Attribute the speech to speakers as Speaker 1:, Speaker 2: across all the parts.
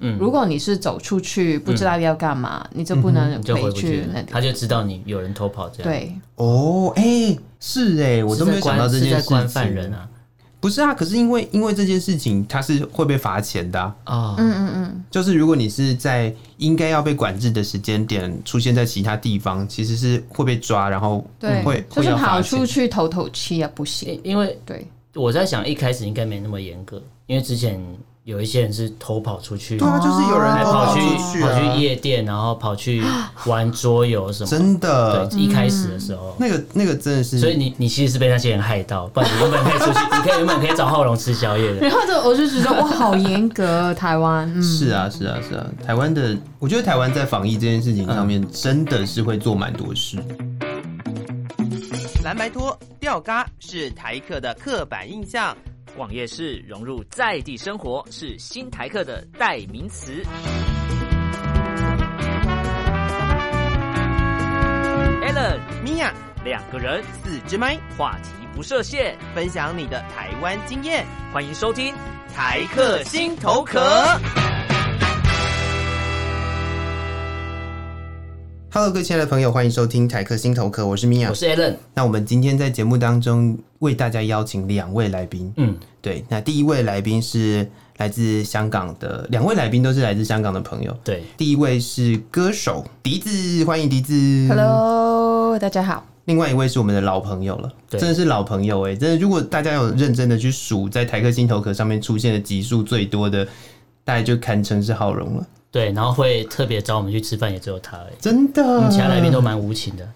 Speaker 1: 嗯
Speaker 2: 如果你是走出去不知道要干嘛，你就不能
Speaker 1: 你嗯就回不去
Speaker 2: 去那
Speaker 1: 了，
Speaker 2: 里。
Speaker 1: 他就知道你有人偷跑这样。，
Speaker 2: 对，
Speaker 3: 哦，哎、是哎、我都没有想到这件事
Speaker 1: 是在
Speaker 3: 情。
Speaker 1: 关犯人啊。
Speaker 3: 不是啊，可是因为因为这件事情，他是会被罚钱的啊、
Speaker 1: 哦，
Speaker 2: 嗯
Speaker 3: 就是如果你是在应该要被管制的时间点出现在其他地方，其实是会被抓，然后
Speaker 2: 对，
Speaker 1: 嗯
Speaker 3: 会
Speaker 2: 就
Speaker 3: 会
Speaker 2: 是
Speaker 3: 要罚
Speaker 2: 跑
Speaker 3: 钱
Speaker 2: 出去透透气也不行。
Speaker 1: 因因为
Speaker 2: 对，
Speaker 1: 我在想一开始应该没那么严格，因为之前有一些人是偷跑出去，
Speaker 3: 对啊，就是有人
Speaker 1: 还
Speaker 3: 偷
Speaker 1: 跑去
Speaker 3: 出去
Speaker 1: 跑去
Speaker 3: 啊，
Speaker 1: 夜店，然后跑去
Speaker 2: 啊
Speaker 1: 玩桌游什么。
Speaker 3: 真的，
Speaker 2: 嗯
Speaker 1: 对，一开始的时候。
Speaker 3: 那个那个真的是，
Speaker 1: 所以你你其实是被那些人害到，不然你原本可以出去，你可以原本可以找浩龙吃宵夜的。
Speaker 2: 然后就我就觉得哇，好严格，台湾。 嗯，
Speaker 3: 是啊是啊是啊，台湾的，我觉得台湾在防疫这件事情
Speaker 1: 嗯
Speaker 3: 上面真的是会做蛮多事。
Speaker 4: 蓝白拖、吊嘎是台客的刻板印象。
Speaker 5: 逛夜市融入在地生活是新台客的代名词。Allen
Speaker 4: 米娅，
Speaker 5: 两个人，
Speaker 4: 四支麦，
Speaker 5: 话题不设限，
Speaker 4: 分享你的台湾经验，
Speaker 5: 欢迎收听。
Speaker 4: 台客心头壳。
Speaker 3: Hello，各位亲爱的朋友，欢迎收听台客心头壳，我是米娅
Speaker 1: 我。是 Alan，
Speaker 3: 那我们今天在节目当中为大家邀请两位来宾，
Speaker 1: 嗯，
Speaker 3: 对，那第一位来宾是来自香港的，两位来宾都是来自香港的朋友。
Speaker 1: 对，
Speaker 3: 第一位是歌手笛子，欢迎笛子。
Speaker 2: Hello，大家好。
Speaker 3: 另外一位是我们的老朋友了，
Speaker 1: 对
Speaker 3: 真的是老朋友哎、真的。如果大家有认真的去数，在台客心头壳上面出现的集数最多的，大概就堪称是浩荣了，
Speaker 1: 对，然后会特别找我们去吃饭，也只有他而已。
Speaker 3: 真的。
Speaker 1: 我们嗯其他来宾都蛮无情的，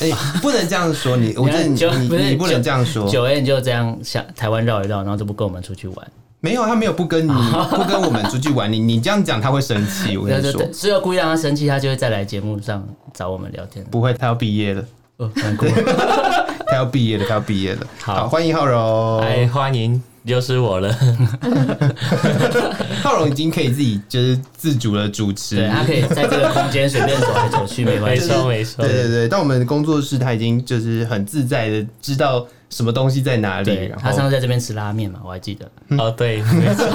Speaker 3: 哎、不能这样说你，我觉 得
Speaker 1: 就
Speaker 3: 你
Speaker 1: 不是
Speaker 3: 你你不能这样说。
Speaker 1: 九 N 就这样想台湾绕一绕，然后就不跟我们出去玩，
Speaker 3: 没有，他没有 不跟你不跟我们出去玩，你你这样讲他会生气。我跟
Speaker 1: 那
Speaker 3: 你
Speaker 1: 就
Speaker 3: 说，
Speaker 1: 只有故意让他生气，他就会再来节目上找我们聊天。
Speaker 3: 不会，他要毕业了。
Speaker 1: 哦，难 过。
Speaker 3: 他要毕业了，他要毕业了。
Speaker 1: 好
Speaker 3: 欢迎浩荣。
Speaker 6: 哎，欢迎，又是我了。
Speaker 3: 浩荣已经可以自己就是自主的主持。
Speaker 1: 对他可以在这个空间随便走来走去，没关
Speaker 6: 没
Speaker 1: 系。
Speaker 6: 错，没错
Speaker 3: 对。对对，到我们工作室，他已经就是很自在的知道什么东西在哪里。
Speaker 1: 对
Speaker 3: 然
Speaker 1: 他上
Speaker 3: 后啊
Speaker 1: 次在这边吃拉面嘛，我还记得，
Speaker 6: 哦，对，没错。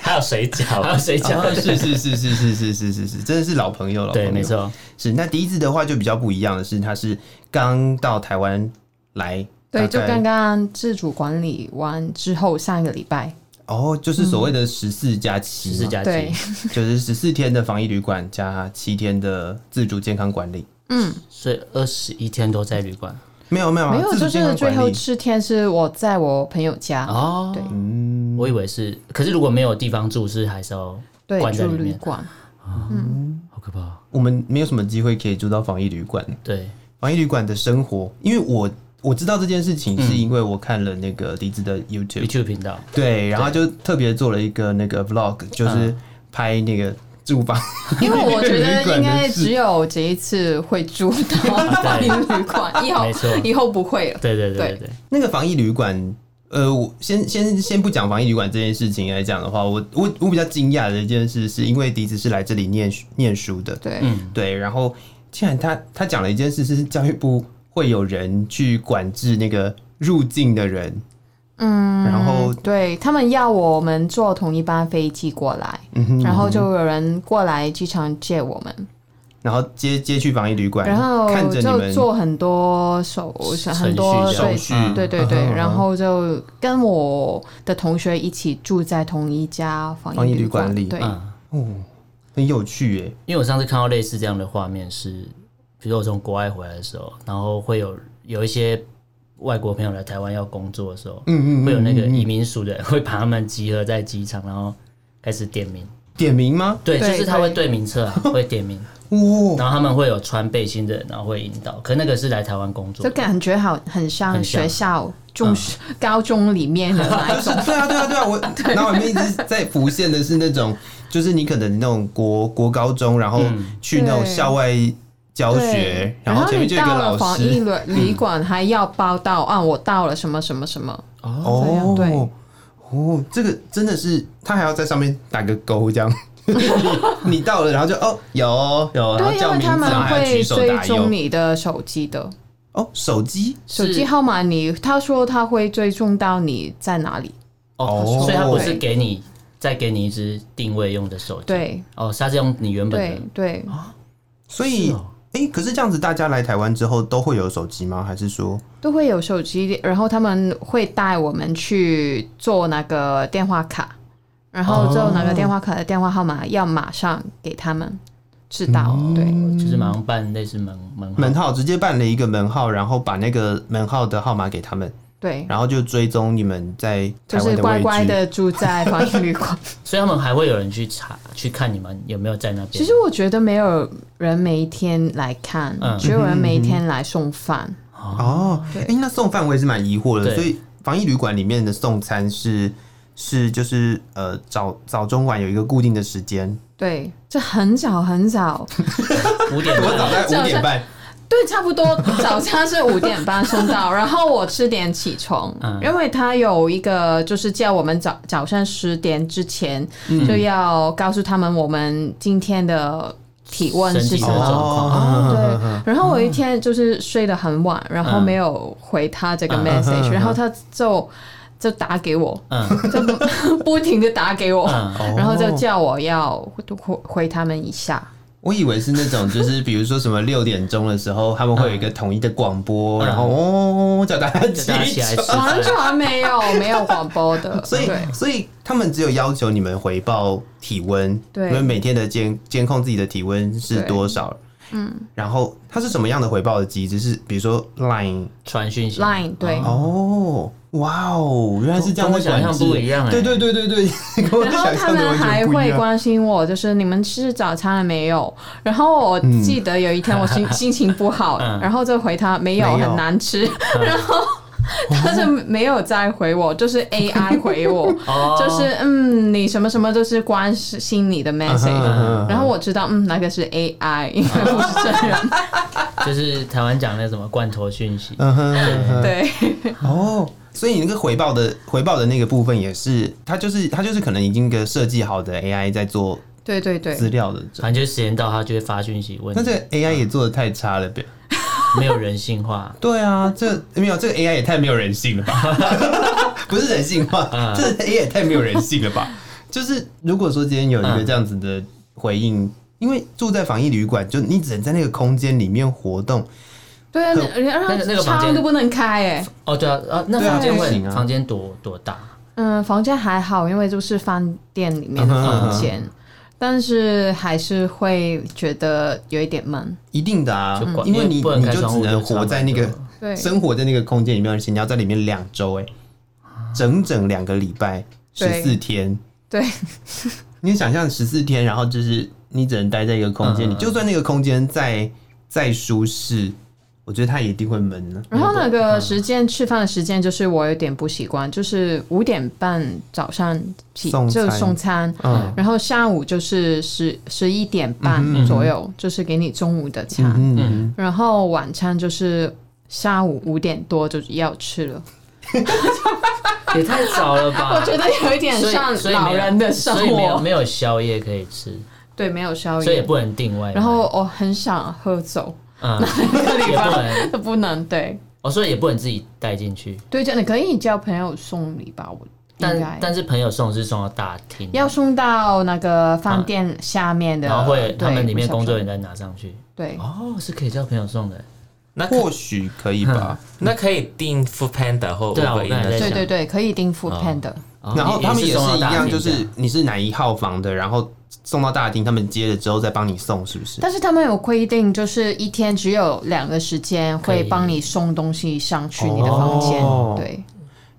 Speaker 6: 还有水
Speaker 1: 还有
Speaker 6: 饺，哦
Speaker 1: 水
Speaker 3: 啊
Speaker 1: 饺。
Speaker 3: 是是是是是是是是是，真的是老朋友了。
Speaker 1: 对，没。错，
Speaker 3: 是那笛子的话就比较不一样的是，他是刚到台湾来，
Speaker 2: 对，
Speaker 3: 大
Speaker 2: 就
Speaker 3: 概
Speaker 2: 刚刚自主管理完之后，上个礼拜，
Speaker 3: 哦，就是所谓的十四加七，
Speaker 1: 十四加
Speaker 2: 对
Speaker 1: 七，，
Speaker 3: 就是十四天的防疫旅馆加七天的自主健康管理。
Speaker 2: 嗯，
Speaker 1: 所以二十一天都在旅馆。
Speaker 3: 没有没有啊
Speaker 2: 没有，
Speaker 3: 自主
Speaker 2: 就
Speaker 3: 健康
Speaker 2: 是最
Speaker 3: 管
Speaker 2: 后
Speaker 3: 理。
Speaker 2: 七天是我在我朋友家，
Speaker 1: 哦，
Speaker 2: 对
Speaker 3: 嗯，
Speaker 1: 我以为是，可是如果没有地方住，是还是要
Speaker 2: 对，
Speaker 1: 关在
Speaker 2: 住
Speaker 1: 里
Speaker 2: 旅
Speaker 1: 面，
Speaker 2: 馆，
Speaker 1: 好可怕。
Speaker 3: 我们没有什么机会可以住到防疫旅馆。
Speaker 1: 对，
Speaker 3: 防疫旅馆的生活，因为我我知道这件事情，是因为我看了那个笛子的 YouTube，、
Speaker 1: YouTube 频道，
Speaker 3: 对，然后就特别做了一个那个 Vlog，就是
Speaker 2: 嗯
Speaker 3: 拍那个住房，
Speaker 2: 因为我觉
Speaker 3: 旅
Speaker 2: 得
Speaker 3: 馆的
Speaker 2: 应该
Speaker 3: 事
Speaker 2: 只有这一次会住到 防疫 旅馆，以后
Speaker 1: 没错
Speaker 2: 以后不会了。
Speaker 1: 对对对
Speaker 2: 对
Speaker 1: 对对，
Speaker 3: 那个防疫旅馆。呃，我先先先不讲防疫旅馆这件事情来讲的话，我我我比较惊讶的一件事，是因为笛子是来这里念书念书的，
Speaker 1: 嗯
Speaker 2: 对，
Speaker 3: 对，然后竟然他他讲了一件事，是教育部会有人去管制那个入境的人，嗯，然后
Speaker 2: 对他们要我们坐同一班飞机过来，
Speaker 3: 嗯
Speaker 2: 然后就有人过来机场接我们，
Speaker 3: 然后接接去防疫旅馆，
Speaker 2: 然后
Speaker 3: 看着你
Speaker 2: 就
Speaker 3: 们
Speaker 2: 做很多手
Speaker 1: 程序
Speaker 2: 很多
Speaker 1: 这样
Speaker 2: 对
Speaker 3: 手续嗯
Speaker 2: 对对对，然后就跟我的同学一起住在同一家
Speaker 3: 防
Speaker 2: 防
Speaker 3: 疫
Speaker 2: 疫
Speaker 3: 旅
Speaker 2: 旅
Speaker 3: 馆
Speaker 2: 馆
Speaker 3: 里
Speaker 2: 对，
Speaker 1: 嗯，
Speaker 3: 很有趣耶、
Speaker 1: 因为我上次看到类似这样的画面是，比如说我从国外回来的时候，然后会有有一些外国朋友来台湾要工作的时候，
Speaker 3: 嗯嗯嗯
Speaker 1: 会有那个移民署的人会把他们集合在机场，然后开始点名。
Speaker 3: 点名吗？哦
Speaker 1: 对，就
Speaker 2: 对
Speaker 1: 是他会
Speaker 2: 对
Speaker 1: 对名 册啊，会点名，
Speaker 3: 哇，
Speaker 1: 然后他们会有穿背心的人，然后会引导。可那个是来台湾工作
Speaker 2: 就
Speaker 1: 的，
Speaker 2: 感觉好很像
Speaker 1: 很像
Speaker 2: 学校
Speaker 3: 嗯
Speaker 2: 中学高中里面的那 一
Speaker 3: 是
Speaker 2: 种
Speaker 3: 对啊，对啊，对啊，我脑海里面一直在浮现的是那种，就是你可能那种国国高中，然后
Speaker 1: 嗯
Speaker 3: 去那种
Speaker 2: 对
Speaker 3: 校外教学
Speaker 2: 对，
Speaker 3: 然后前面
Speaker 2: 你
Speaker 3: 就有一
Speaker 2: 到
Speaker 3: 个
Speaker 2: 了
Speaker 3: 老
Speaker 2: 防疫
Speaker 3: 师
Speaker 2: 旅 旅馆还要报到啊，我到了什么什么什么，这样对
Speaker 3: 哦。哦，这个真的是他还要在上面打个勾， 这样你你到了，然后就哦有哦有，然后
Speaker 2: 对，因
Speaker 3: 叫
Speaker 2: 为
Speaker 3: 名字，
Speaker 2: 他们
Speaker 3: 然后还要
Speaker 2: 会
Speaker 3: 举手
Speaker 2: 追
Speaker 3: 打
Speaker 2: 踪
Speaker 3: 右。
Speaker 2: 你的手机的
Speaker 3: 哦，手机
Speaker 2: 手机号码你，他说他会追踪到你在哪里，哦
Speaker 1: 哦，所以他不是给你再给你一只定位用的手机。，
Speaker 2: 对
Speaker 1: 哦，是它是用你原本
Speaker 2: 对
Speaker 1: 的，
Speaker 2: 对，
Speaker 3: 哦所以
Speaker 1: 是
Speaker 2: 啊
Speaker 1: 哦，
Speaker 3: 哎、可是这样子，大家来台湾之后都会有手机吗？还是说，
Speaker 2: 都会有手机，然后他们会带我们去做那个电话卡，然后之后那个电话卡的电话号码要马上给他们知道，对
Speaker 3: 嗯
Speaker 1: 就是马上办类似门门号
Speaker 3: 门号直接办了一个门号，然后把那个门号的号码给他们，
Speaker 2: 对，
Speaker 3: 然后就追踪你们在
Speaker 2: 就
Speaker 3: 台湾
Speaker 2: 是
Speaker 3: 的位
Speaker 2: 乖
Speaker 3: 置。
Speaker 2: 乖的住在防疫旅 馆。
Speaker 1: 所以他们还会有人去查去看你们有没有在那边。
Speaker 2: 其实我觉得没有人每一天来看，
Speaker 1: 嗯
Speaker 2: 只有人每一天来送饭。
Speaker 3: 哦，哎、那送饭我也是蛮疑惑的，
Speaker 1: 对
Speaker 3: 所以防疫旅馆里面的送餐是是就是呃早早中晚有一个固定的时间，
Speaker 2: 对，这很早很 早，
Speaker 1: 五点
Speaker 3: 我早
Speaker 1: 半，
Speaker 3: 在
Speaker 2: 早上
Speaker 3: 五点半，
Speaker 2: 对，差不 多早餐是五点半送到，然后我十点起床，
Speaker 1: 嗯
Speaker 2: 因为他有一个就是叫我们早早上十点之前、
Speaker 1: 嗯
Speaker 2: 就要告诉他们我们今天的体温
Speaker 1: 身
Speaker 2: 是
Speaker 1: 体
Speaker 2: 什
Speaker 1: 的
Speaker 2: 么。哦
Speaker 1: 状
Speaker 3: 哦嗯
Speaker 1: 况，
Speaker 2: 对，然后我一天就是睡得很晚，然后
Speaker 1: 嗯
Speaker 2: 没有回他这个
Speaker 1: 嗯
Speaker 2: message，、
Speaker 3: 嗯
Speaker 2: 然后他就就打给我，
Speaker 1: 嗯
Speaker 2: 就不 不停的打给我，
Speaker 1: 嗯，
Speaker 2: 然后
Speaker 3: 哦
Speaker 2: 就叫我要回回他们一下。
Speaker 3: 我以为是那种，就是比如说什么六点钟的时候，他们会有一个统一的广
Speaker 2: 嗯
Speaker 3: 播，然后哦叫大家
Speaker 1: 叫大家
Speaker 3: 起
Speaker 1: 起来吃
Speaker 3: 床。
Speaker 2: 完
Speaker 1: 饭。
Speaker 2: 全没有 没有广播的，
Speaker 3: 所以
Speaker 2: 嗯对，
Speaker 3: 所以他们只有要求你们回报体温，
Speaker 2: 对
Speaker 3: 你们每天的监监控自己的体温是多少，嗯，然后它是什么样的回报的机制？是比如说 Line，
Speaker 2: 嗯
Speaker 1: 传讯息
Speaker 2: Line 对，
Speaker 3: 哦，哇哦，原来是这
Speaker 1: 跟我
Speaker 3: 样在管
Speaker 1: 想象
Speaker 3: 制，
Speaker 1: 不一样欸
Speaker 3: 对对对对对，跟我
Speaker 2: 然后
Speaker 3: 想
Speaker 2: 他
Speaker 3: 象的
Speaker 2: 们
Speaker 3: 完全
Speaker 2: 还
Speaker 3: 不一
Speaker 2: 会
Speaker 3: 样。
Speaker 2: 关心我，就是你们吃早餐了没有？然后我
Speaker 3: 嗯
Speaker 2: 记得有一天我 心心情不好，
Speaker 1: 嗯
Speaker 2: 然后就回他没有，
Speaker 3: 没有嗯哦
Speaker 2: 很难吃，然后。他就没有再回我，就是 AI 回 我，
Speaker 1: 哦
Speaker 2: 就是嗯，你什么什么都是关心你的 message，、
Speaker 3: 嗯哼嗯哼嗯
Speaker 2: 然后我知道嗯，那个是 AI，因为 不是真人，
Speaker 1: 就是台湾讲那什么罐头讯息，
Speaker 3: 嗯哼嗯哼
Speaker 2: 对。
Speaker 3: 哦，所以你那个回报的回报的那个部分也是，它就是它就是可能已经一个设计好的 AI 在做
Speaker 2: 对对对，
Speaker 3: 资料的整。
Speaker 1: 反正就是时间到他就会发讯息问
Speaker 3: 那
Speaker 1: 你
Speaker 3: 这，个 AI 也做的太差了呗？。
Speaker 1: 没有人性化
Speaker 3: 对啊，这没有这个 AI 也太没有人性 了吧？不是人性化，
Speaker 1: 啊
Speaker 3: 这个 AI 也太没有人性了吧？就是如果说今天有一
Speaker 1: 嗯
Speaker 3: 个这样子的回应，因为住在防疫旅馆，就你只能在那个空间里面活动，
Speaker 2: 对啊，你然后
Speaker 1: 那个那个房间
Speaker 2: 窗都不能开哎、
Speaker 1: 哦，对啊，啊，那
Speaker 3: 对啊
Speaker 1: 房间
Speaker 3: 不行
Speaker 1: 会
Speaker 3: 啊
Speaker 1: 房间多多大？
Speaker 2: 嗯，房间还好，因为就是饭店里面的房
Speaker 3: 嗯
Speaker 2: 间，但是还是会觉得有一点闷。
Speaker 3: 一定的啊
Speaker 1: 就，管
Speaker 3: 因为你
Speaker 1: 不能
Speaker 3: 你
Speaker 1: 开
Speaker 3: 就
Speaker 1: 窗
Speaker 3: 只
Speaker 1: 户
Speaker 3: 能
Speaker 1: 就差
Speaker 3: 活在那
Speaker 1: 不多
Speaker 3: 个
Speaker 1: 了
Speaker 2: 对
Speaker 3: 生活在那个空间里面，而且你要在里面两周，哎，整整两个礼拜，十
Speaker 2: 对
Speaker 3: 四天。
Speaker 2: 对，
Speaker 3: 你想象十四天，然后就是你只能待在一个空间
Speaker 1: 嗯
Speaker 3: 里，就算那个空间再再舒适，我觉得它也一定会闷的。
Speaker 2: 然后那个时间吃饭的时间，就是我有点不习惯，就是五点半早上起
Speaker 3: 送
Speaker 2: 就
Speaker 3: 餐
Speaker 2: 送餐，
Speaker 3: 嗯
Speaker 2: 然后下午就是十十一点半左右，就是给你中午的餐，
Speaker 3: 嗯嗯，
Speaker 2: 然后晚餐就是下午五点多就要吃了。
Speaker 1: 也太早了吧？
Speaker 2: 我觉得有一点
Speaker 1: 所以
Speaker 2: 像
Speaker 1: 所以没
Speaker 2: 老
Speaker 1: 有
Speaker 2: 人的生
Speaker 1: 所以没有
Speaker 2: 活，
Speaker 1: 没有宵夜可以吃，
Speaker 2: 对，没有宵夜，
Speaker 1: 所以也不能订外卖。
Speaker 2: 然后我很想喝酒，
Speaker 1: 嗯，也不能，
Speaker 2: 都不能对
Speaker 1: 哦，所以也不能自己带进去。
Speaker 2: 对，这你可以叫朋友送你吧，我应
Speaker 1: 但
Speaker 2: 该
Speaker 1: 但是朋友送是送到大厅，啊
Speaker 2: 要送到那个饭店下面的，
Speaker 1: 然后啊会
Speaker 2: 对
Speaker 1: 他们里面
Speaker 2: reception
Speaker 1: 工作人员再拿上去。
Speaker 2: 对，
Speaker 1: 哦，是可以叫朋友送的。
Speaker 6: 那可
Speaker 3: 或许可以吧。
Speaker 1: 嗯
Speaker 6: 那可以订 Food Panda 或
Speaker 1: 对啊
Speaker 6: Uber
Speaker 1: 我刚才在
Speaker 6: Eats
Speaker 2: 对
Speaker 1: 想
Speaker 2: 对对，可以订 Food Panda，
Speaker 1: 哦
Speaker 3: 然后他们也
Speaker 1: 送
Speaker 3: 是
Speaker 1: 到
Speaker 3: 一
Speaker 1: 大厅
Speaker 3: 样，就
Speaker 1: 这
Speaker 3: 是你是哪一号房的，然后送到大厅，他们接了之后再帮你送，是不是？
Speaker 2: 但是他们有规定，就是一天只有两个时间
Speaker 1: 可以
Speaker 2: 会帮你送东西上去你的房间
Speaker 3: 哦，
Speaker 2: 对，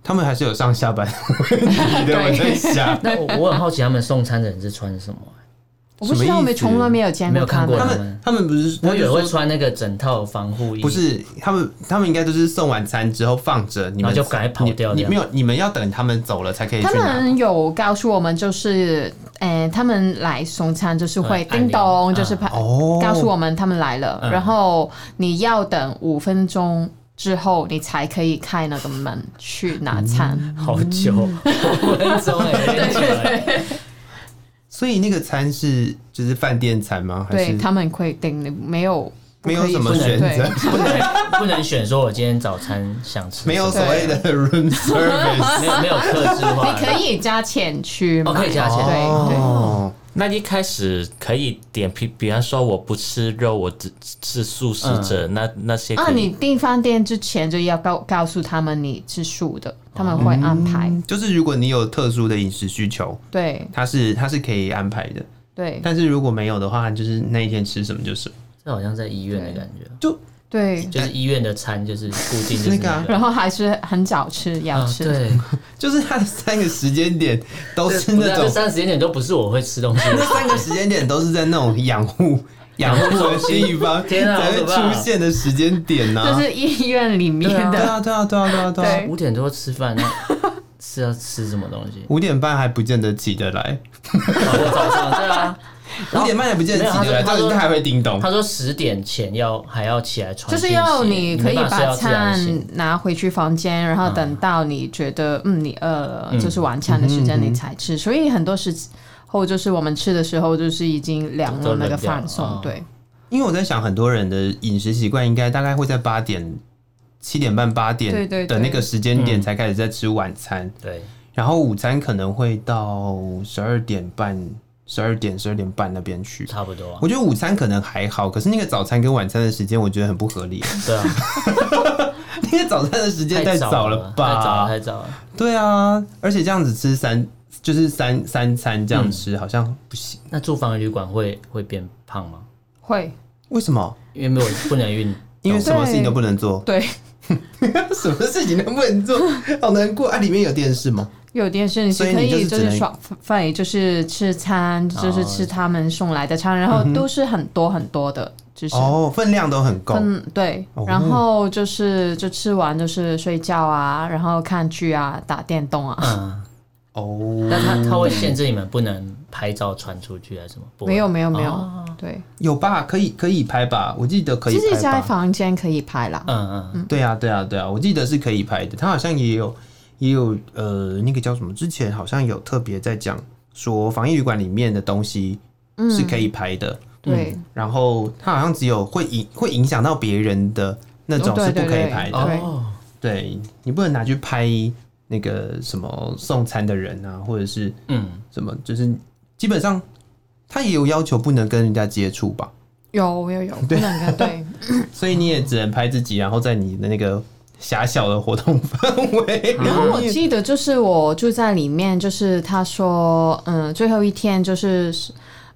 Speaker 3: 他们还是有上下班的问题的，我在想。
Speaker 1: 那我我很好奇他们送餐的人是穿什么，
Speaker 2: 我不知道，
Speaker 3: 什
Speaker 2: 我
Speaker 3: 么意
Speaker 2: 们
Speaker 3: 思
Speaker 2: 从来没有见
Speaker 1: 没有
Speaker 2: 他
Speaker 1: 看过
Speaker 3: 他
Speaker 2: 们，
Speaker 3: 们他们不是，
Speaker 1: 我以为
Speaker 3: 他们
Speaker 1: 会
Speaker 3: 说
Speaker 1: 穿那个整套防护衣，
Speaker 3: 不是他们，他们应该就是送完餐之后放着，你
Speaker 1: 然
Speaker 3: 们
Speaker 1: 后就赶快跑掉这样
Speaker 3: 你你没有，你们要等他们走了才可以
Speaker 2: 他
Speaker 3: 去拿。
Speaker 2: 们有告诉我们，就是，嗯、他们来送餐就是会
Speaker 1: 嗯按
Speaker 2: 叮
Speaker 1: 铃
Speaker 2: 咚，就是
Speaker 1: 嗯
Speaker 2: 拍、
Speaker 3: 哦
Speaker 2: 告诉我们他们来了，
Speaker 1: 嗯
Speaker 2: 然后你要等五分钟之后，你才可以开那个门去拿餐。
Speaker 3: 嗯
Speaker 1: 好久，五分钟哎，有点久哎
Speaker 3: 所以那个餐是就是饭店餐吗？还
Speaker 2: 对
Speaker 3: 是
Speaker 2: 他们会叮，你没有
Speaker 3: 没有什么选择
Speaker 2: 对，
Speaker 1: 不能不能选说我今天早餐想吃什么，
Speaker 3: 没有所谓的 room service。
Speaker 1: 没有没有克制化
Speaker 2: 你
Speaker 1: 的，
Speaker 2: 可以加钱去买，
Speaker 1: 哦可以加钱
Speaker 2: 对对。
Speaker 3: 哦，
Speaker 6: 那一开始可以点，比比方说我不吃肉，我只吃素食者，
Speaker 1: 嗯
Speaker 6: 那那些
Speaker 2: 啊，
Speaker 6: 可
Speaker 2: 你
Speaker 6: 以。
Speaker 2: 订饭店之前就要告告诉他们你是素的，他们会安排。
Speaker 3: 就是如果你有特殊的饮食需求，
Speaker 2: 对
Speaker 3: 它是它是可以安排的。
Speaker 2: 对
Speaker 3: 但是如果没有的话，就是那一天吃什么就是什么。
Speaker 1: 这好像在医院的感觉，
Speaker 2: 对，
Speaker 1: 就是医院的餐就是固定就是
Speaker 3: 那个啊
Speaker 1: 那个
Speaker 2: 然后还是很早吃要
Speaker 1: 啊
Speaker 2: 吃。
Speaker 1: 对，
Speaker 3: 就是它的三个时间点都是
Speaker 1: 不是
Speaker 3: 那
Speaker 1: 啊这
Speaker 3: 种，
Speaker 1: 三十点都不是我会吃东西的
Speaker 3: 那三个时间点都是在那种养护养护的地 方
Speaker 1: 天啊
Speaker 3: 才会
Speaker 1: 好可怕
Speaker 3: 出现的时间点啊呢、
Speaker 2: 就是医院里面的，
Speaker 3: 对 啊，对啊，对啊，对啊，对啊
Speaker 2: 对。
Speaker 1: 五点多吃饭，那 是要吃什么东西？哦
Speaker 3: 五点半还不见得起得来，
Speaker 1: 早上对 啊，
Speaker 3: 五点半还不见得起得来，
Speaker 1: 没有他
Speaker 3: 到
Speaker 1: 说
Speaker 3: 底他还会叮咚
Speaker 1: 他。说十点前要还要起来穿
Speaker 2: 就
Speaker 1: 信息，
Speaker 2: 是要你可以
Speaker 1: 没办法睡
Speaker 2: 把
Speaker 1: 到自然
Speaker 2: 餐
Speaker 1: 醒
Speaker 2: 拿回去房间，然后等到你觉得嗯你饿了，就是晚餐的时
Speaker 3: 嗯
Speaker 2: 间你才吃。所以很多时候就是我们吃的时候就是已经凉
Speaker 1: 都
Speaker 2: 了
Speaker 1: 冷
Speaker 2: 那
Speaker 1: 掉
Speaker 2: 个饭
Speaker 1: 了
Speaker 2: 送
Speaker 1: 哦，
Speaker 3: 嗯
Speaker 2: 对
Speaker 3: 因为我在想，很多人的饮食习惯应该大概会在八点、七点半、八
Speaker 2: 对
Speaker 3: 点
Speaker 2: 对对
Speaker 3: 的那个时间点才开始在吃晚餐，
Speaker 1: 对，
Speaker 3: 然后午餐可能会到十二点半、十二点、十二点半那边去。
Speaker 1: 差不多啊
Speaker 3: 我，觉得午餐可能还好，可是那个早餐跟晚餐的时间，我觉得很不合理。
Speaker 1: 对啊，
Speaker 3: 那个早餐的时间
Speaker 1: 太
Speaker 3: 早
Speaker 1: 了
Speaker 3: 吧？
Speaker 1: 太早了，太早了，
Speaker 3: 对啊，而且这样子吃三，就是三三餐这样吃，好像不行。
Speaker 1: 那住房旅馆会会变胖吗？
Speaker 2: 会
Speaker 3: 为什么？
Speaker 1: 因为没有不能运，
Speaker 3: 因为什么事情都不能做，
Speaker 2: 对。
Speaker 3: 什么事情都不能做，好难过啊！里面有电视吗？
Speaker 2: 有电视你
Speaker 3: 所以
Speaker 2: 是可
Speaker 3: 你就
Speaker 2: 以
Speaker 3: 是哦
Speaker 2: 就
Speaker 3: 只
Speaker 2: 是
Speaker 3: 能
Speaker 2: 耍费，就是吃餐，就是吃他们送来的餐，然后都是很多很多的，就是
Speaker 3: 嗯哦，分量都很够。
Speaker 2: 嗯对
Speaker 3: 哦，
Speaker 2: 然后就是就吃完就是睡觉啊，然后看剧啊，打电动啊，
Speaker 1: 嗯，
Speaker 3: 哦，
Speaker 1: 但他他会限制你们不能拍照传出去还是什么？不会
Speaker 2: 没有没有没有
Speaker 1: 哦，
Speaker 2: 对，
Speaker 3: 有吧？可以可以拍吧？我记得可以
Speaker 2: 其实
Speaker 3: 拍
Speaker 2: 在
Speaker 3: 吧。
Speaker 2: 房间可以拍啦，
Speaker 1: 嗯嗯嗯，
Speaker 3: 对啊，对啊，对啊，我记得是可以拍的。他好像也有也有呃，那个叫什么？之前好像有特别在讲说，防疫旅馆里面的东西是可以拍的。
Speaker 2: 对，
Speaker 3: 然后他好像只有会影会影响到别人的那种
Speaker 2: 哦对
Speaker 3: 是不可以
Speaker 2: 对对
Speaker 3: 拍的。
Speaker 2: 对
Speaker 1: 哦，
Speaker 3: 对你不能拿去拍那个什么送餐的人啊，或者是
Speaker 1: 嗯，
Speaker 3: 什么，就是基本上他也有要求不能跟人家接触吧，
Speaker 2: 有有有，不能跟 对，
Speaker 3: 所以你也只能拍自己，然后在你的那个狭小的活动范围。
Speaker 2: 然后我记得就是我住在里面，就是他说，嗯，最后一天就是，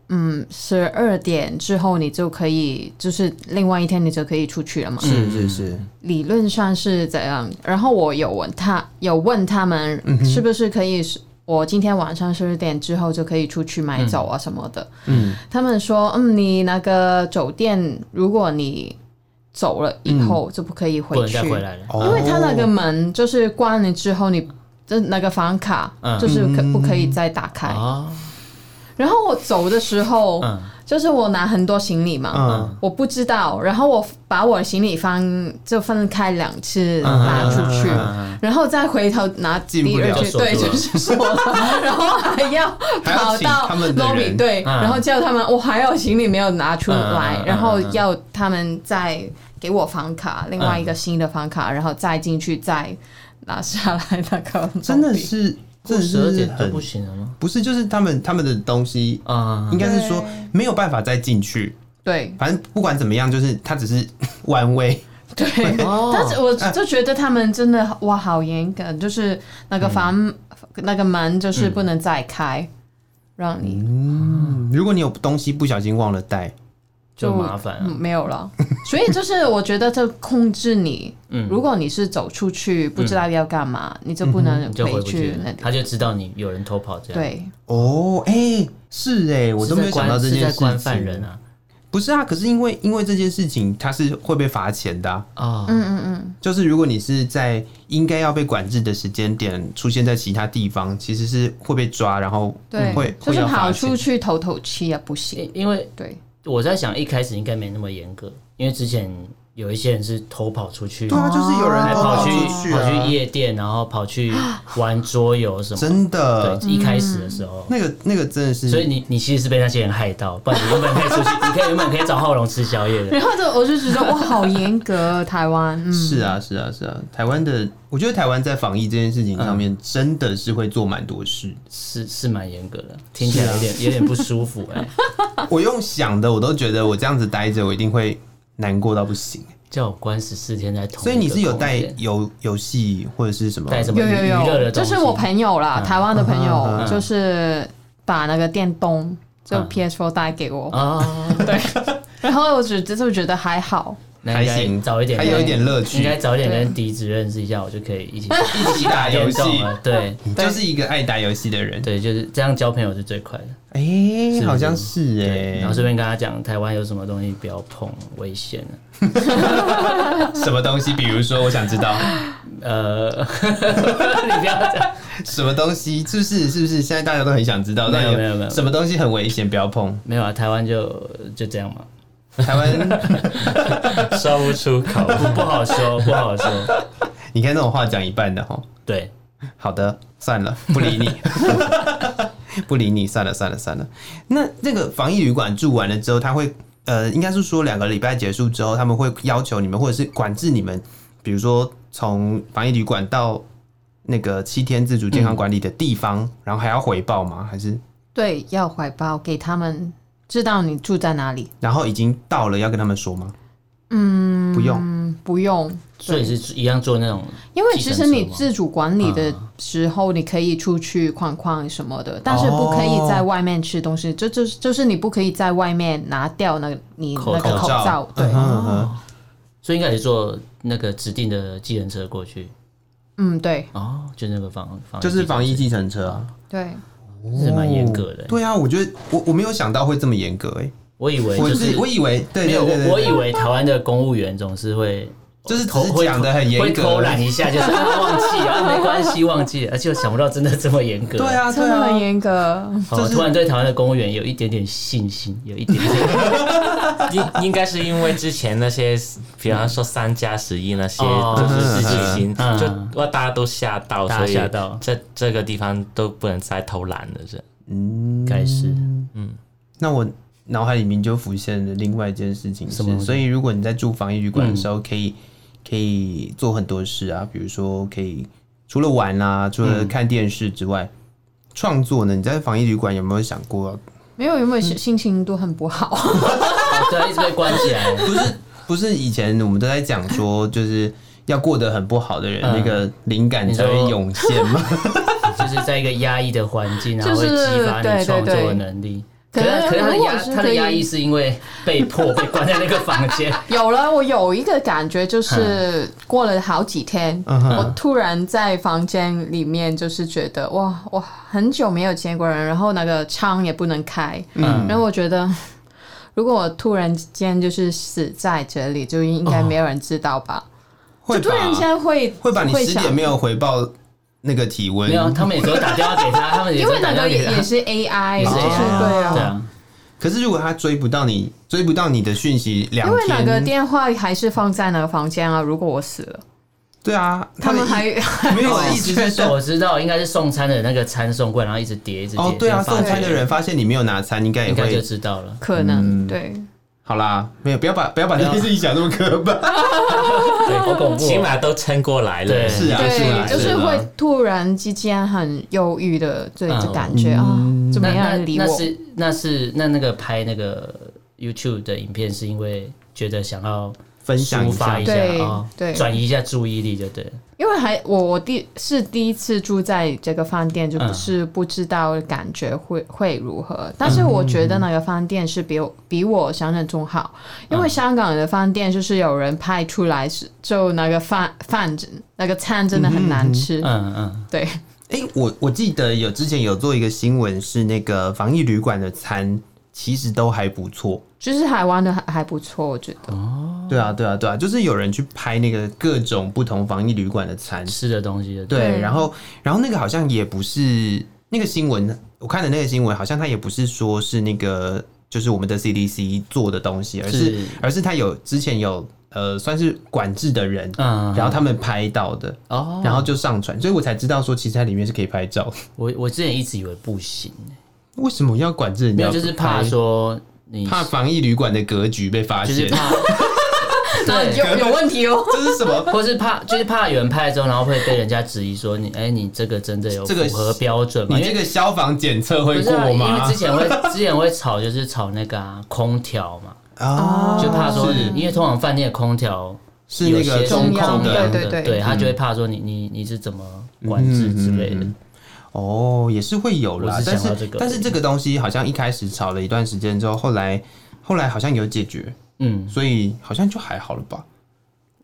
Speaker 2: 嗯，十二点之后你就可以，就是另外一天你就可以出去了嘛。
Speaker 3: 是是是，
Speaker 2: 理论上是怎样？然后我有问他，有问他们
Speaker 3: 嗯
Speaker 2: 是不是可以，我今天晚上十二点之后就可以出去买酒啊什么的。
Speaker 3: 嗯，
Speaker 2: 他们说，嗯，你那个酒店，如果你走了以后就不可以
Speaker 1: 不
Speaker 2: 回
Speaker 1: 能
Speaker 2: 去。
Speaker 1: 再回来了。
Speaker 3: 哦
Speaker 2: 因为他那个门就是关了之后你，就那个房卡
Speaker 1: 嗯
Speaker 2: 就是可不可以再打
Speaker 3: 嗯
Speaker 2: 开？
Speaker 3: 哦
Speaker 1: 啊，
Speaker 2: 然后我走的时候，
Speaker 1: 嗯
Speaker 2: 就是我拿很多行李嘛，
Speaker 3: 嗯
Speaker 2: 我不知道，然后我把我的行李分就分开两次拿出去，然后再回头拿
Speaker 3: 嗯进不
Speaker 2: 第二
Speaker 3: 了
Speaker 2: 次，
Speaker 1: 就锁
Speaker 2: 对，
Speaker 1: 住了
Speaker 2: 就是锁了， 然后还要
Speaker 3: 还要
Speaker 2: 跑
Speaker 3: 请
Speaker 2: 到
Speaker 3: 他们的
Speaker 2: lobby
Speaker 3: 人
Speaker 2: 对，
Speaker 1: 嗯
Speaker 2: 然后叫他们我还有行李没有拿出来
Speaker 1: 嗯嗯，嗯
Speaker 2: 然后
Speaker 1: 嗯嗯
Speaker 2: 要他们再给我房卡，另外一个新的房卡，然后再进去再拿下来那个 lobby，
Speaker 3: 真的是，真的
Speaker 1: 十二
Speaker 3: 是
Speaker 1: 点就
Speaker 3: 很
Speaker 1: 不行了吗？
Speaker 3: 不是，就是他们他们的东西。
Speaker 1: 啊、
Speaker 3: 应该是说
Speaker 2: 对
Speaker 3: 没有办法再进去，
Speaker 2: 对
Speaker 3: 反正不管怎么样，就是他只是 one way，
Speaker 2: 对，但是我就觉得他们真的哇，好严格，就是那个房、
Speaker 1: 嗯
Speaker 2: 那个门就是不能再开，让你
Speaker 3: 如果你有东西不小心忘了带，
Speaker 1: 就麻烦了。
Speaker 2: 嗯没有了。 所以就是我觉得这控制你，
Speaker 1: 嗯
Speaker 2: 如果你是走出去不知道要干嘛，你就不能
Speaker 1: 你就回不去
Speaker 2: 去
Speaker 1: 了
Speaker 2: 那，
Speaker 1: 他
Speaker 2: 里。
Speaker 1: 就知道你有人偷跑这样。，
Speaker 2: 对，
Speaker 3: 哦，哎、是哎、我
Speaker 1: 我
Speaker 3: 都没有想到这件事情。
Speaker 1: 在关犯人啊，
Speaker 3: 不是啊，可是因为因为这件事情，他是会被罚钱的啊、
Speaker 1: 哦，
Speaker 3: 就是如果你是在应该要被管制的时间点出现在其他地方，其实是会被抓，然后
Speaker 2: 对，
Speaker 1: 嗯
Speaker 3: 会
Speaker 2: 就
Speaker 3: 会
Speaker 2: 是
Speaker 3: 要罚
Speaker 2: 跑出
Speaker 3: 钱。
Speaker 2: 去透透气也不行。
Speaker 1: 因因为
Speaker 2: 对，
Speaker 1: 我在想一开始应该没那么严格，因为之前有一些人是偷跑出去，
Speaker 3: 对啊，就是有人
Speaker 1: 还
Speaker 3: 偷
Speaker 1: 跑去
Speaker 3: 出去
Speaker 1: 跑去
Speaker 3: 啊，
Speaker 1: 夜店，然后跑去玩桌游什么。
Speaker 3: 真的，
Speaker 1: 对，一开始的时候，
Speaker 3: 那个那个真的是，
Speaker 1: 所以你你其实是被那些人害到，不然你原本可以出去，你可以原本可以找浩龙吃宵夜的。
Speaker 2: 然后就我就觉得哇，好严格， 台湾，嗯，
Speaker 3: 是啊，是啊，是啊，台湾的，我觉得台湾在防疫这件事情上
Speaker 1: 嗯
Speaker 3: 面真的是会做蛮多事。
Speaker 1: 是是蛮严格的，听起来有
Speaker 3: 啊
Speaker 1: 点有点不舒服哎、
Speaker 3: 我用想的，我都觉得我这样子待着，我一定会难过到 不行。
Speaker 1: 叫我关十四天在同一个
Speaker 3: 所以你是有带
Speaker 1: 空间
Speaker 3: 游游戏或者是什么？
Speaker 1: 带什么
Speaker 2: 有
Speaker 1: 娱
Speaker 2: 有
Speaker 1: 娱乐
Speaker 2: 有，
Speaker 1: 的
Speaker 2: 就
Speaker 1: 东西？啊
Speaker 2: 是我朋友啦，台湾的朋
Speaker 3: 嗯
Speaker 2: 友
Speaker 3: 嗯，
Speaker 2: 就是把那个电动就
Speaker 1: 嗯
Speaker 2: PS4 带给我，
Speaker 1: 啊，
Speaker 2: 然后我只就是觉得还好，
Speaker 1: 那应该
Speaker 3: 还行
Speaker 1: 早一点
Speaker 3: 还
Speaker 1: 跟，
Speaker 3: 有一点乐趣
Speaker 1: 应该早一点
Speaker 3: 啊
Speaker 1: 跟笛子认识一下，我就可以 一起
Speaker 3: 一起 打游戏
Speaker 1: 电动了啊对
Speaker 3: 你就是一个爱打游戏的人。
Speaker 1: 对，就是这样交朋友是最快的。
Speaker 3: 哎、
Speaker 1: 是
Speaker 3: 好像是哎、
Speaker 1: 对，然后顺便跟他讲，台湾有什么东西不要碰，危险的。
Speaker 3: 什么东西？比如说，我想知道
Speaker 1: 呃， 你不要讲，
Speaker 3: 什么东西，是不是？是不是？现在大家都很想知道，
Speaker 1: 没有
Speaker 3: 但
Speaker 1: 没有没有
Speaker 3: 什么东西很危险，不要碰。
Speaker 1: 没有啊，台湾就就这样嘛，
Speaker 3: 台湾，
Speaker 6: 说不出口。
Speaker 1: 不不好说，不好说。
Speaker 3: 你看这种话讲一半的哈。
Speaker 1: 对，
Speaker 3: 好的，算了，不理 你，不理你，算了，算了，算了。那那个防疫旅馆住完了之后，他会呃，应该是说两个礼拜结束之后，他们会要求你们，或者是管制你们，比如说从防疫旅馆到那个七天自主健康管理的地方，然后还要回报吗？还是
Speaker 2: 对，要怀抱给他们知道你住在哪里，
Speaker 3: 然后已经到了要跟他们说吗？嗯，不用，
Speaker 2: 嗯，不用，
Speaker 1: 所以是一样做那种，
Speaker 2: 因为其实你
Speaker 1: 计程车吗嗯
Speaker 2: 自主管理的时候，你可以出去逛逛什么的，但是不可以在外面吃
Speaker 1: 哦
Speaker 2: 东西，就就是就是你不可以在外面拿掉那个你
Speaker 1: 口
Speaker 2: 那个口罩，对
Speaker 3: 嗯，哼哼
Speaker 1: 所以应该也坐那个指定的计程车过去。
Speaker 2: 嗯，对
Speaker 1: 哦，就那个防防疫
Speaker 3: 就是防疫
Speaker 1: 计
Speaker 3: 计程车啊，
Speaker 2: 对，
Speaker 1: 程车是蛮严格的、
Speaker 3: 对啊，我觉得我我没有想到会这么严格哎、
Speaker 1: 我以为
Speaker 3: 我
Speaker 1: 就是是
Speaker 3: 我以为对
Speaker 1: 没
Speaker 3: 对
Speaker 1: 有，
Speaker 3: 对对
Speaker 1: 我我
Speaker 3: 对
Speaker 1: 以为台湾的公务员总是会。
Speaker 3: 就是
Speaker 1: 偷
Speaker 3: 只是
Speaker 1: 会
Speaker 3: 讲得很严
Speaker 1: 会
Speaker 3: 格
Speaker 1: 偷懒一下，就是啊忘记了，啊没关系，忘记了，而且我想不到真的这么严格。
Speaker 3: 对，啊
Speaker 2: 真
Speaker 3: 对
Speaker 2: 的
Speaker 3: 啊
Speaker 2: 很，严 格。
Speaker 1: 好，我
Speaker 3: 就是
Speaker 1: 突然对台湾的公务员有一点点信心，有一点点。
Speaker 6: 应应该是因为之前那些，比方说三加十一那些，
Speaker 1: 哦
Speaker 6: 就是事情，
Speaker 1: 嗯
Speaker 6: 就哇大家都吓到，
Speaker 1: 大家
Speaker 6: 所以
Speaker 1: 吓到
Speaker 6: 这这个地方都不能再偷懒了，这
Speaker 1: 应该是
Speaker 2: 嗯
Speaker 3: 那我脑海里面就浮现了另外一件事情是
Speaker 1: 什么东，西嗯
Speaker 3: 所以如果你在住防疫旅馆的时候，可以可以做很多事啊，比如说可以除了玩
Speaker 1: 嗯
Speaker 3: 啊，除了看电视之外，创、作呢？你在防疫旅馆有没有想过、
Speaker 2: 没有，因
Speaker 3: 嗯
Speaker 2: 为心心情都很不好。
Speaker 1: 哦对啊，一直被关起来。
Speaker 3: 不是不是以前我们都在讲说，就是要过得很不好的人，
Speaker 1: 嗯
Speaker 3: 那个灵感才会涌现吗？
Speaker 1: 就是在一个压抑的环境，然后
Speaker 2: 就
Speaker 1: 会
Speaker 2: 是
Speaker 1: 激发
Speaker 2: 对
Speaker 1: 你
Speaker 2: 对
Speaker 1: 创作的
Speaker 2: 对
Speaker 1: 能力。
Speaker 2: 可
Speaker 1: 是，
Speaker 2: 能
Speaker 1: 可是他的
Speaker 2: 如果
Speaker 1: 压，
Speaker 2: 是
Speaker 1: 他的
Speaker 2: 可以
Speaker 1: 压抑是因为被迫被关在那个房 间，
Speaker 2: 有了，我有一个感觉，就是过了好几天，我突然在房间里面，就是觉得哇，我很久没有见过人，然后那个窗也不能开，
Speaker 1: 嗯
Speaker 2: 然后我觉得。 如果我突然间就是死在这里，就应该没有人知道吧？
Speaker 3: 会
Speaker 2: 就突
Speaker 3: 吧
Speaker 2: 然间会
Speaker 3: 会把你十
Speaker 2: 想
Speaker 3: 点没有回报那个体温
Speaker 1: 没，有，他们也只有打电话给他，他们也
Speaker 2: 因
Speaker 1: 只有
Speaker 2: 为
Speaker 1: 打
Speaker 2: 那
Speaker 1: 电
Speaker 2: 个
Speaker 1: 话
Speaker 2: 也
Speaker 1: 给
Speaker 2: 也
Speaker 1: 他。
Speaker 2: 是 AI，
Speaker 1: 也是
Speaker 2: 就是
Speaker 1: AI
Speaker 2: 对啊
Speaker 1: 对啊，
Speaker 3: 可是如果他追不到你，追不到你的讯息两
Speaker 2: 因为那个
Speaker 3: 天，
Speaker 2: 电话还是放在那个房间啊。如果我死了，
Speaker 3: 对啊，
Speaker 2: 他们
Speaker 3: 的
Speaker 2: 还。
Speaker 3: 没有我的意思是说，
Speaker 1: 我知道，应该是送餐的那个餐送过来，然后一直叠，一直叠。
Speaker 3: 哦，对啊，
Speaker 1: 这样
Speaker 3: 送
Speaker 1: 发
Speaker 3: 餐的人发现你没有拿餐，应该也
Speaker 1: 应该就
Speaker 3: 会
Speaker 1: 知道了
Speaker 2: 可能、对。
Speaker 3: 好啦，没有，不要把不要
Speaker 1: 啊
Speaker 3: 把这件事情想那么可 怕，
Speaker 1: 对，好恐怖哦。
Speaker 6: 起码都撑过来了
Speaker 1: 对。
Speaker 3: 是啊，是
Speaker 2: 对，
Speaker 3: 啊，
Speaker 2: 就是
Speaker 3: 啊
Speaker 2: 会突然之间很忧郁的这
Speaker 1: 嗯
Speaker 2: 种感觉啊，怎么
Speaker 1: 那
Speaker 2: 样
Speaker 1: 那
Speaker 2: 人理
Speaker 1: 那
Speaker 2: 我？
Speaker 1: 是那是那那个拍那个 YouTube 的影片，是因为觉得想要
Speaker 3: 分享
Speaker 1: 抒
Speaker 3: 一
Speaker 1: 发
Speaker 3: 下
Speaker 1: 一下
Speaker 2: 对
Speaker 1: 啊，
Speaker 2: 对
Speaker 1: 转移一下注意力就对了。
Speaker 2: 因为还我我第是第一次住在这个饭店，就不是不知道感觉会、会如何。但是我觉得那个饭店是比我比我想象中好，因为香港的饭店就是有人派出来是就那个饭饭那个餐真的很难吃，
Speaker 1: 嗯嗯，
Speaker 2: 对，
Speaker 3: 哎、我我记得有之前有做一个新闻，是那个防疫旅馆的餐其实都还不错。
Speaker 2: 就是台湾的还还不错，我觉得。
Speaker 3: 对啊，对啊，对啊，就是有人去拍那个各种不同防疫旅馆的餐，
Speaker 1: 吃的东西就对了。
Speaker 3: 对，
Speaker 2: 对
Speaker 3: 然后然后那个好像也不是那个新闻，我看的那个新闻好像它也不是说是那个就是我们的 CDC 做的东西，而是
Speaker 1: 是
Speaker 3: 而是它有之前有。呃算是管制的人，
Speaker 1: 嗯
Speaker 3: 然后他们拍到的，
Speaker 1: 哦，
Speaker 3: 然后就上传，所以我才知道说其实它里面是可以拍照的。
Speaker 1: 我我之前一直以为不行，
Speaker 3: 为什么要管制人
Speaker 1: 没
Speaker 3: 家
Speaker 1: 有
Speaker 3: 拍？
Speaker 1: 就是怕说你
Speaker 3: 怕防疫旅馆的格局被发
Speaker 1: 就
Speaker 3: 现，
Speaker 1: 是怕对，
Speaker 2: 有有问题哦。
Speaker 3: 这是 什么？
Speaker 1: 或是怕就是怕有人拍之后，然后会被人家质疑说你哎、你这个真的有
Speaker 3: 这个
Speaker 1: 符合标准吗？
Speaker 3: 你
Speaker 1: 因为
Speaker 3: 这个消防检测会
Speaker 1: 不是啊，
Speaker 3: 过
Speaker 1: 因为
Speaker 3: 吗
Speaker 1: 之？前会之前会吵，就是吵那个啊空调嘛，
Speaker 3: 啊
Speaker 1: 就怕说
Speaker 3: 是，
Speaker 1: 因为通常饭店的空调
Speaker 3: 是那
Speaker 1: 哦有
Speaker 3: 个
Speaker 1: 些
Speaker 3: 中
Speaker 2: 中央
Speaker 3: 控
Speaker 1: 的，
Speaker 3: 的
Speaker 2: 对对对
Speaker 1: 对他就会怕说你你你是怎么管制之类的
Speaker 3: 嗯嗯嗯嗯，哦，也是会有啦
Speaker 1: 我。只
Speaker 3: 但
Speaker 1: 想
Speaker 3: 是
Speaker 1: 到这个
Speaker 3: 但是这个东西好像一开始吵了一段时间之后，后来后来好像有解决，
Speaker 1: 嗯，
Speaker 3: 所以好像就还好了吧？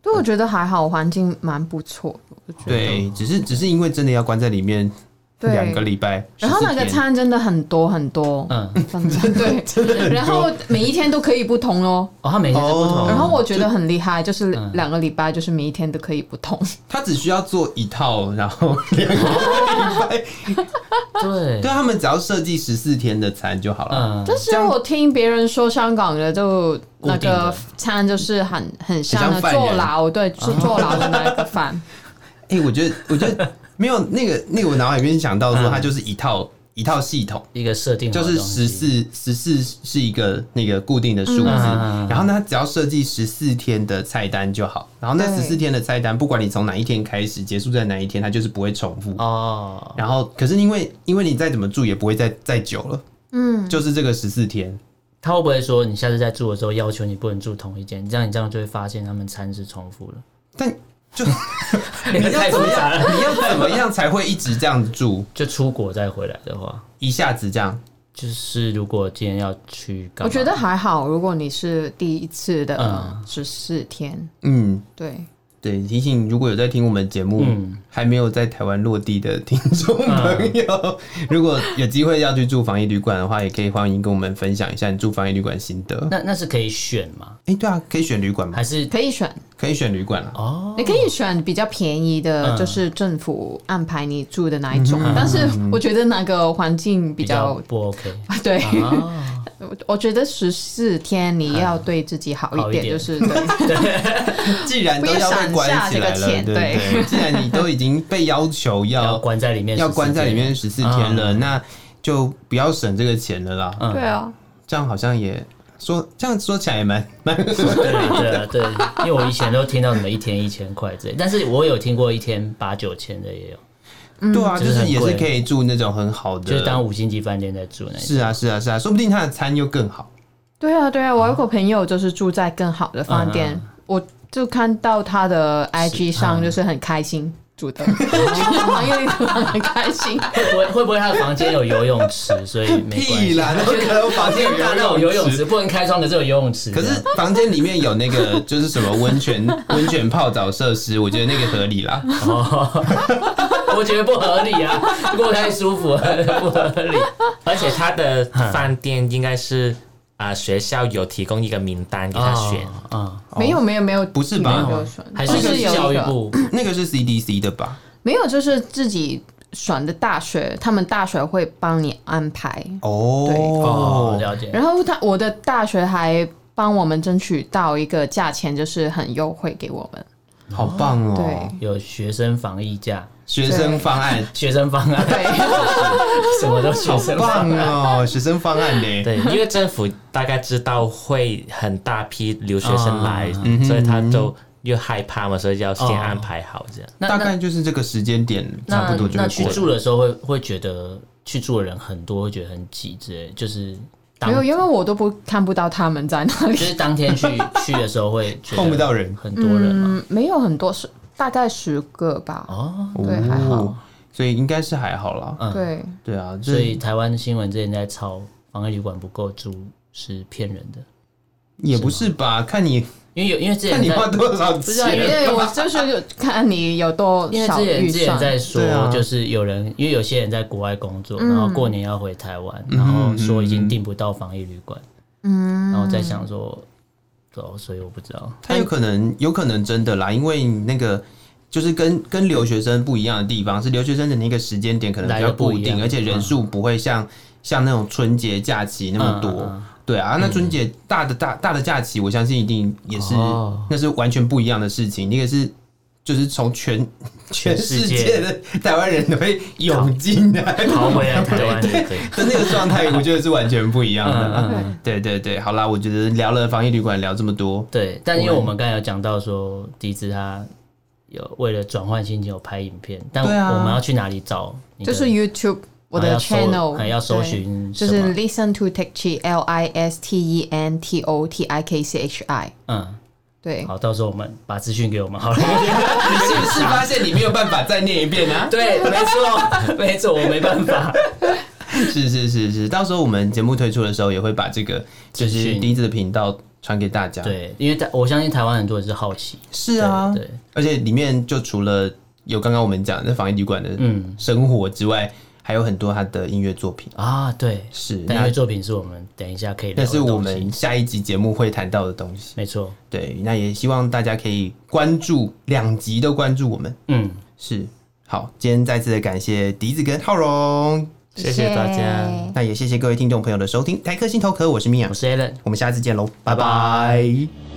Speaker 2: 对，我觉得还好，环境蛮不错的。我觉得
Speaker 3: 对，只是只是因为真的要关在里面
Speaker 2: 对
Speaker 3: 两个礼拜，
Speaker 2: 然后那
Speaker 3: 14
Speaker 2: 个
Speaker 3: 天
Speaker 2: 餐真的很多很多，
Speaker 1: 嗯，
Speaker 2: 真的对，然后每一天都可以不同哦。
Speaker 1: 哦，他每天是不同，
Speaker 3: 哦
Speaker 2: 然后我觉得很厉害，就是
Speaker 1: 嗯
Speaker 2: 两个礼拜，就是每一天都可以不同。
Speaker 3: 他只需要做一套，然后两个礼拜，
Speaker 1: 对
Speaker 3: 对，啊他们只要设计十四天的餐就好了。
Speaker 1: 嗯，
Speaker 2: 但是我听别人说香港的就
Speaker 1: 固
Speaker 2: 那
Speaker 1: 定
Speaker 2: 个
Speaker 1: 的
Speaker 2: 餐就是很很
Speaker 3: 很
Speaker 2: 像
Speaker 3: 像
Speaker 2: 的
Speaker 3: 犯人
Speaker 2: 坐牢，对，是坐牢的那个饭。
Speaker 3: 哎、我觉得，我觉得没有那个那个，我脑海里面想到说，
Speaker 1: 嗯
Speaker 3: 它就是一套、一套系统。
Speaker 1: 一个设定好
Speaker 3: 就
Speaker 1: 的
Speaker 3: 是
Speaker 1: 东西
Speaker 3: 十，四，十四是一个那个固定的数字，
Speaker 1: 嗯
Speaker 3: 然后呢，它只要设计十四天的菜单就好。然后那
Speaker 2: 对
Speaker 3: 十四天的菜单，不管你从哪一天开始，结束在哪一天，它就是不会重复。
Speaker 1: 哦，
Speaker 3: 然后，可是因为因为你再怎么住也不会再再久了，
Speaker 2: 嗯，
Speaker 3: 就是这个十四天。
Speaker 1: 他会不会说你下次再住的时候要求你不能住同一间？这样你这样就会发现他们餐是重复 了，
Speaker 3: 但就
Speaker 1: 你 太复杂了。
Speaker 3: 你要怎么样才会一直这样住？
Speaker 1: 就出国再回来的话，
Speaker 3: 一下子这样？
Speaker 1: 就是如果今天要去干
Speaker 2: 我
Speaker 1: 嘛，
Speaker 2: 觉得还好，如果你是第一次的
Speaker 1: 嗯
Speaker 2: 十四天，
Speaker 3: 嗯，
Speaker 2: 对，
Speaker 3: 对，提醒如果有在听我们节目、
Speaker 1: 嗯
Speaker 3: 还没有在台湾落地的听众朋友，如果有机会要去住防疫旅馆的话，也可以欢迎跟我们分享一下你住防疫旅馆心得。
Speaker 1: 那那是可以选嘛，
Speaker 3: 哎、对啊，可以选旅馆吗
Speaker 1: 还？是
Speaker 2: 可以选，
Speaker 3: 可以选旅馆啊。
Speaker 1: 哦
Speaker 2: 你可以选比较便宜的，
Speaker 1: 嗯
Speaker 2: 就是政府安排你住的那一种，但是我觉得那个环境比
Speaker 1: 比较
Speaker 2: 较。
Speaker 1: 不 OK
Speaker 2: 对，
Speaker 1: 啊？
Speaker 2: 我我觉得十四天你要对自己好
Speaker 1: 好
Speaker 2: 一
Speaker 1: 一
Speaker 2: 点，就
Speaker 1: 点
Speaker 2: 是对，
Speaker 3: 既然都要被关起来
Speaker 2: 不要闪下这
Speaker 3: 了，
Speaker 2: 个钱
Speaker 3: 对不对？既然你都已经被要 求
Speaker 1: 要
Speaker 3: 要
Speaker 1: 关在里面，
Speaker 3: 要关在里面，十四天了，
Speaker 1: 嗯
Speaker 3: 那就不要省这个钱了啦。
Speaker 1: 嗯
Speaker 2: 对啊，
Speaker 3: 这样好像也说，这样说起来也蛮蛮
Speaker 1: 对对对，因为我以前都听到什么一天一千块之类，但是我有听过一天八九千的也有，
Speaker 2: 嗯
Speaker 3: 对啊，就
Speaker 1: 就是
Speaker 3: 是
Speaker 1: 很
Speaker 3: 也是
Speaker 1: 贵
Speaker 3: 可以住那种很好的，
Speaker 1: 就是当五星级饭店在住那种。
Speaker 3: 是啊是啊是啊，说不定他的餐又更好。
Speaker 2: 对啊，对啊，我有个朋友就是住在更好的饭店，我就看到他的 IG 上就是很开心住的，行业里头很开心，
Speaker 1: 会不会会不会他的房间有游泳池，所以没关系？
Speaker 3: 啦，那可能房间
Speaker 1: 大那种游泳池不能开窗，可是有游泳池。啊
Speaker 3: 可是房间里面有那个就是什么 温泉温泉泡澡设施，我觉得那个合理啦。
Speaker 1: 我觉得不合理啊，过太舒服了，不合理。
Speaker 6: 而且他的
Speaker 1: 嗯
Speaker 6: 饭店应该是啊、学校有提供一个名单给他选。
Speaker 1: 啊、嗯
Speaker 2: 没有没有没有，不
Speaker 3: 是吧
Speaker 2: 没有选，
Speaker 1: 还是
Speaker 2: 就是有
Speaker 1: 教
Speaker 2: 一
Speaker 1: 育
Speaker 2: 个
Speaker 1: 部
Speaker 3: 那个是 CDC 的吧？
Speaker 2: 没有就是自己选的大学，他们大学会帮你安排，
Speaker 1: 哦，
Speaker 3: 哦，
Speaker 1: 了解。
Speaker 2: 然后他我的大学还帮我们争取到一个价钱，就是很优惠给我们，
Speaker 3: 好棒哦
Speaker 2: 对！
Speaker 1: 有学生防疫假、
Speaker 3: 学生方案，
Speaker 1: 学生方案，
Speaker 2: 对。
Speaker 1: 什么都学
Speaker 3: 好
Speaker 1: 生
Speaker 3: 棒
Speaker 1: 方案。
Speaker 3: 哦，学生方案呢？
Speaker 6: 对，因为政府大概知道会很大批留学生来，
Speaker 1: 啊
Speaker 6: 所以他就又害怕嘛，所以要先安排好这样。
Speaker 1: 那
Speaker 3: 大
Speaker 1: 那
Speaker 3: 概就是这个时间点，差不
Speaker 1: 那
Speaker 3: 多就
Speaker 1: 那
Speaker 3: 会
Speaker 1: 去
Speaker 3: 过了。
Speaker 1: 住的时候会会觉得去住的人很多，会觉得很挤之类，就是当
Speaker 2: 没有，因为我都不看不到他们在哪里
Speaker 1: 就。是 当天去去的时候会觉得
Speaker 3: 碰不到人
Speaker 1: 很多 人嘛。
Speaker 2: 嗯，没有很多，是大概十个吧。
Speaker 1: 哦，
Speaker 2: 对，还
Speaker 3: 哦
Speaker 2: 好。
Speaker 3: 所以应该是还好啦。
Speaker 1: 嗯，
Speaker 2: 对，
Speaker 3: 对啊，
Speaker 1: 所
Speaker 3: 这
Speaker 1: 以台湾新闻之前在抄防疫旅馆不够住是骗人的，
Speaker 3: 也不是吧？看你
Speaker 1: 因为有因为之前
Speaker 3: 看你
Speaker 1: 在
Speaker 3: 花多少
Speaker 1: 不是啊
Speaker 3: 钱，
Speaker 1: 因
Speaker 2: 对我就是看你有多
Speaker 1: 因为
Speaker 2: 少
Speaker 1: 之前
Speaker 2: 预
Speaker 1: 之前
Speaker 2: 算。
Speaker 1: 在嗯说
Speaker 3: 对啊，
Speaker 1: 就是有人因为有些人在国外工作，
Speaker 2: 嗯
Speaker 1: 然后过年要回台湾，然
Speaker 3: 嗯
Speaker 1: 后说已经订不到防疫旅馆，
Speaker 2: 嗯
Speaker 1: 然后在想说，哦，所以我不知道，
Speaker 3: 他有可能有可能真的啦，因为那个就是跟跟留学生不一样的地方是，留学生的那个时间点可能比
Speaker 1: 来
Speaker 3: 较
Speaker 1: 得不
Speaker 3: 固
Speaker 1: 一样嗯
Speaker 3: 定，而且人数不会像像那种春节假期那么多。
Speaker 1: 嗯嗯嗯
Speaker 3: 对啊，那春节大的大大的假期，我相信一定也是，
Speaker 1: 哦
Speaker 3: 那是完全不一样的事情。一个是就是从全全世
Speaker 1: 世界
Speaker 3: 界的台湾人都会涌进来，
Speaker 1: 逃回来台湾，
Speaker 3: 对
Speaker 1: 对
Speaker 3: 对
Speaker 1: 对，
Speaker 3: 的那个状态，我觉得是完全不一样
Speaker 1: 嗯
Speaker 3: 的。
Speaker 1: 嗯
Speaker 2: 嗯
Speaker 3: 对对对，好啦，我觉得聊了防疫旅馆聊这么多，
Speaker 1: 对。但因为我们刚才有讲到说，笛子他有为了转换心情有拍影片，但
Speaker 3: 对啊
Speaker 1: 我们要去哪里找你的？
Speaker 2: 就是 YouTube 我
Speaker 1: 还
Speaker 2: 的
Speaker 1: 要搜
Speaker 2: channel
Speaker 1: 还要搜
Speaker 2: 对
Speaker 1: 寻
Speaker 2: 就
Speaker 1: 什
Speaker 2: 是
Speaker 1: 么
Speaker 2: Listen to Take Chi L I S T E N T O T I K C H I
Speaker 1: 嗯，
Speaker 2: 对。
Speaker 1: 好，到时候我们把资讯给我们好了。
Speaker 3: 你是不是发现你没有办法再念一遍 啊？
Speaker 1: 对，没错，没错，我没办 法。
Speaker 3: 是是是是，到时候我们节目推出的时候，也会把这个就是笛子的频道传给大家。，
Speaker 1: 对，因为台我相信台湾很多人是好奇，
Speaker 3: 是啊，
Speaker 1: 对对
Speaker 3: 而且里面就除了有刚刚我们讲的防疫旅馆的
Speaker 1: 嗯
Speaker 3: 生活之外，还有很多他的音乐作品。
Speaker 1: 啊，对，
Speaker 3: 是，
Speaker 1: 但因
Speaker 3: 那
Speaker 1: 为作品是我们等一下可以聊
Speaker 3: 那
Speaker 1: 的
Speaker 3: 是我
Speaker 1: 东
Speaker 3: 们
Speaker 1: 西
Speaker 3: 下一集节目会谈到的东西。
Speaker 1: 没错，
Speaker 3: 对，那也希望大家可以关注两集都关注我们。
Speaker 1: 嗯，
Speaker 3: 是，好，今天再次的感谢笛子跟浩荣，
Speaker 6: 谢谢大家。
Speaker 3: 那也谢谢各位听众朋友的收听。台客心头壳，我是米娅
Speaker 1: 我，是 Alan。
Speaker 3: 我们下次见喽，拜
Speaker 1: 拜
Speaker 3: 拜